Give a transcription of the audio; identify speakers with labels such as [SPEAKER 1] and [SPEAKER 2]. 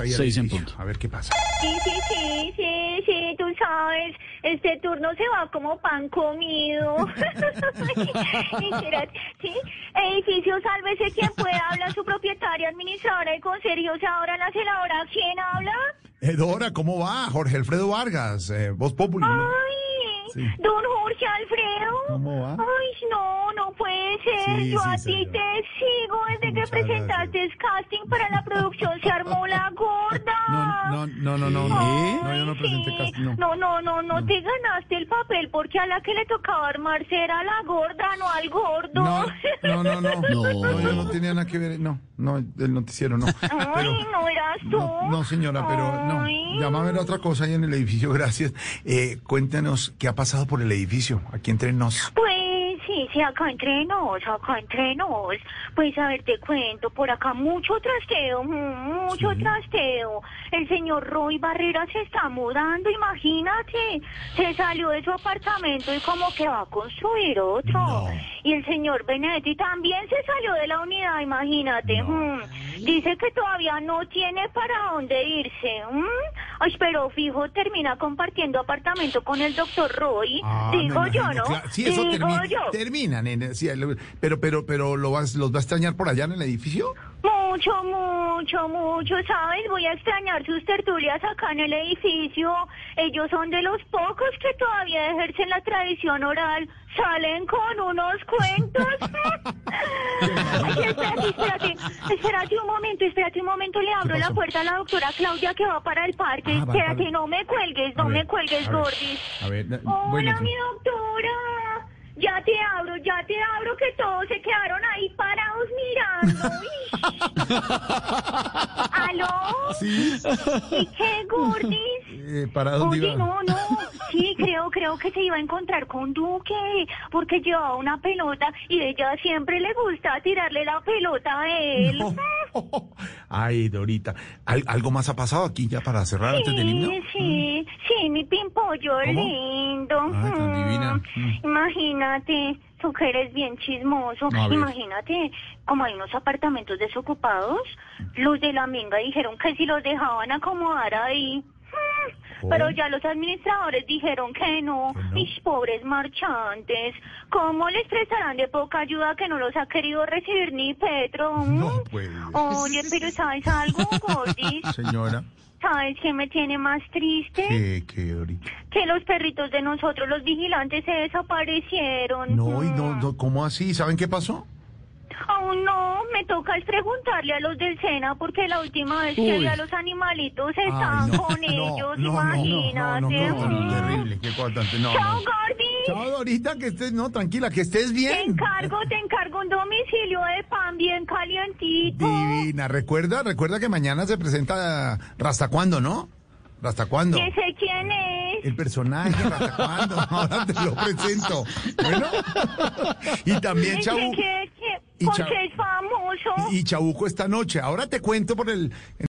[SPEAKER 1] ahí. a
[SPEAKER 2] Seis en
[SPEAKER 1] Leticia.
[SPEAKER 2] punto.
[SPEAKER 1] A ver qué pasa.
[SPEAKER 3] Sí, sí, sí, sí, sí, tú sabes, este turno se va como pan comido. Y será- sí, edificio, sálvese quien pueda, habla su propietaria, administradora y conserje, o sea, ahora la celadora, ¿quién habla?
[SPEAKER 1] Eh, Dora, ¿cómo va? Jorge Alfredo Vargas, eh, Voz Populi.
[SPEAKER 3] Ah,
[SPEAKER 1] ¿no?
[SPEAKER 3] Ay,
[SPEAKER 1] Sí.
[SPEAKER 3] don Jorge Alfredo.
[SPEAKER 1] ¿Cómo va?
[SPEAKER 3] Ay, no, no puede ser.
[SPEAKER 1] Sí,
[SPEAKER 3] Yo
[SPEAKER 1] sí,
[SPEAKER 3] a ti
[SPEAKER 1] señor.
[SPEAKER 3] te sigo desde
[SPEAKER 1] Muchas
[SPEAKER 3] que presentaste casting para la producción, se armó la gorda.
[SPEAKER 4] No, no, no, no, no.
[SPEAKER 3] Ay,
[SPEAKER 4] No, yo no presenté
[SPEAKER 3] sí.
[SPEAKER 4] casi, no.
[SPEAKER 3] No, no, no, no te ganaste el papel porque a la que le tocaba armarse era la gorda, no al gordo.
[SPEAKER 4] No, no, no, no.
[SPEAKER 2] No.
[SPEAKER 4] No, yo no tenía nada que ver. No, no, el noticiero no. Pero-
[SPEAKER 3] Ay, no eras tú.
[SPEAKER 4] no, no, señora, pero no.
[SPEAKER 3] Ay.
[SPEAKER 4] Llámame a otra cosa ahí en el edificio, gracias.
[SPEAKER 1] Eh, cuéntanos qué ha pasado por el edificio, aquí entre nos.
[SPEAKER 3] Pues sí, sí, acá entre nos, acá entre nos. Pues a ver, te cuento, por acá mucho trasteo, mu- mucho trasteo. El señor Roy Barrera se está mudando, imagínate. Se salió de su apartamento y como que va a construir otro. Y el señor Benedetti también se salió de la unidad, imagínate. mm. Dice que todavía no tiene para dónde irse. mm. Ay, pero fijo, termina compartiendo apartamento con el doctor Roy.
[SPEAKER 1] Ah, me
[SPEAKER 3] Digo yo,
[SPEAKER 1] imagino,
[SPEAKER 3] ¿no?
[SPEAKER 1] claro. Sí, eso
[SPEAKER 3] Digo
[SPEAKER 1] termina,
[SPEAKER 3] yo.
[SPEAKER 1] termina, nene, sí, lo- pero, pero, pero ¿lo vas, ¿los va a extrañar por allá en el edificio?
[SPEAKER 3] Mucho, mucho, mucho, ¿sabes? Voy a extrañar sus tertulias acá en el edificio. Ellos son de los pocos que todavía ejercen la tradición oral. Salen con unos cuentos. Ay, espérate, espérate, espérate un momento, espérate un momento. Le abro la
[SPEAKER 4] pasó?
[SPEAKER 3] puerta a la doctora Claudia que va para el parque.
[SPEAKER 4] Ah, va,
[SPEAKER 3] espérate,
[SPEAKER 4] vale.
[SPEAKER 3] no me cuelgues, no
[SPEAKER 4] A
[SPEAKER 3] me
[SPEAKER 4] ver,
[SPEAKER 3] cuelgues,
[SPEAKER 4] a ver,
[SPEAKER 3] Gordis.
[SPEAKER 4] A ver, na-
[SPEAKER 3] Hola,
[SPEAKER 4] bueno, sí.
[SPEAKER 3] mi doctora. Ya te abro, ya te abro, que todos se quedaron ahí parados mirando. Uy. ¿Aló?
[SPEAKER 4] Sí,
[SPEAKER 3] ¿Y qué, Gordis?
[SPEAKER 4] eh, ¿para dónde
[SPEAKER 3] Oye,
[SPEAKER 4] iba?
[SPEAKER 3] no, no. Sí, creo, creo que se iba a encontrar con Duque, porque llevaba una pelota y ella siempre le gusta tirarle la pelota a él.
[SPEAKER 1] Ay, Dorita, ¿al- ¿algo más ha pasado aquí ya para cerrar antes del himno?
[SPEAKER 3] Sí, sí, sí, mi pimpollo lindo.
[SPEAKER 4] Mm. Ah, tan
[SPEAKER 3] Mm.
[SPEAKER 4] divina. Mm.
[SPEAKER 3] Imagínate, tú que eres bien chismoso.
[SPEAKER 4] A ver.
[SPEAKER 3] Imagínate, como hay unos apartamentos desocupados,
[SPEAKER 4] Mm.
[SPEAKER 3] los de la minga dijeron que si los dejaban acomodar ahí. Mm, Pero ya los administradores dijeron que no. Mis pobres marchantes, ¿cómo les prestarán de poca ayuda que no los ha querido recibir ni Petro? Mm.
[SPEAKER 1] No, pues.
[SPEAKER 3] Oye, pero ¿sabes algo, Gordis?
[SPEAKER 4] Señora,
[SPEAKER 3] ¿Sabes qué me tiene más triste?
[SPEAKER 1] ¿Qué, qué, Dorita?
[SPEAKER 3] Que los perritos de nosotros, los vigilantes, se desaparecieron.
[SPEAKER 1] No, y no,
[SPEAKER 3] Mm.
[SPEAKER 1] no, ¿cómo así? ¿Saben qué pasó?
[SPEAKER 3] Aún no, me toca es preguntarle a los del SENA porque la última vez que
[SPEAKER 2] Uy.
[SPEAKER 3] vi a los animalitos
[SPEAKER 1] Ay,
[SPEAKER 3] estaban
[SPEAKER 1] no,
[SPEAKER 3] con
[SPEAKER 1] no, no, no,
[SPEAKER 3] ellos,
[SPEAKER 1] no,
[SPEAKER 3] imagínate.
[SPEAKER 1] no, no, no,
[SPEAKER 3] Mm.
[SPEAKER 1] no,
[SPEAKER 4] terrible, qué importante. No,
[SPEAKER 3] Chao,
[SPEAKER 4] no.
[SPEAKER 3] Gordy.
[SPEAKER 1] Chao, Dorita, que estés, no, tranquila, que estés
[SPEAKER 3] Te
[SPEAKER 1] bien.
[SPEAKER 3] encargo, te encargo un domicilio de pan bien calientito.
[SPEAKER 1] Eh, Divina, recuerda, recuerda que mañana se presenta Rastacuando, ¿no? Rastacuando.
[SPEAKER 3] Que sé quién es.
[SPEAKER 1] El personaje, Rastacuando, ahora te lo presento. Bueno, y también
[SPEAKER 3] Que sé
[SPEAKER 1] Chabuco,
[SPEAKER 3] que- que-
[SPEAKER 1] Y
[SPEAKER 3] porque
[SPEAKER 1] Chau-
[SPEAKER 3] es famoso.
[SPEAKER 1] y Chabuco esta noche. Ahora te cuento por el...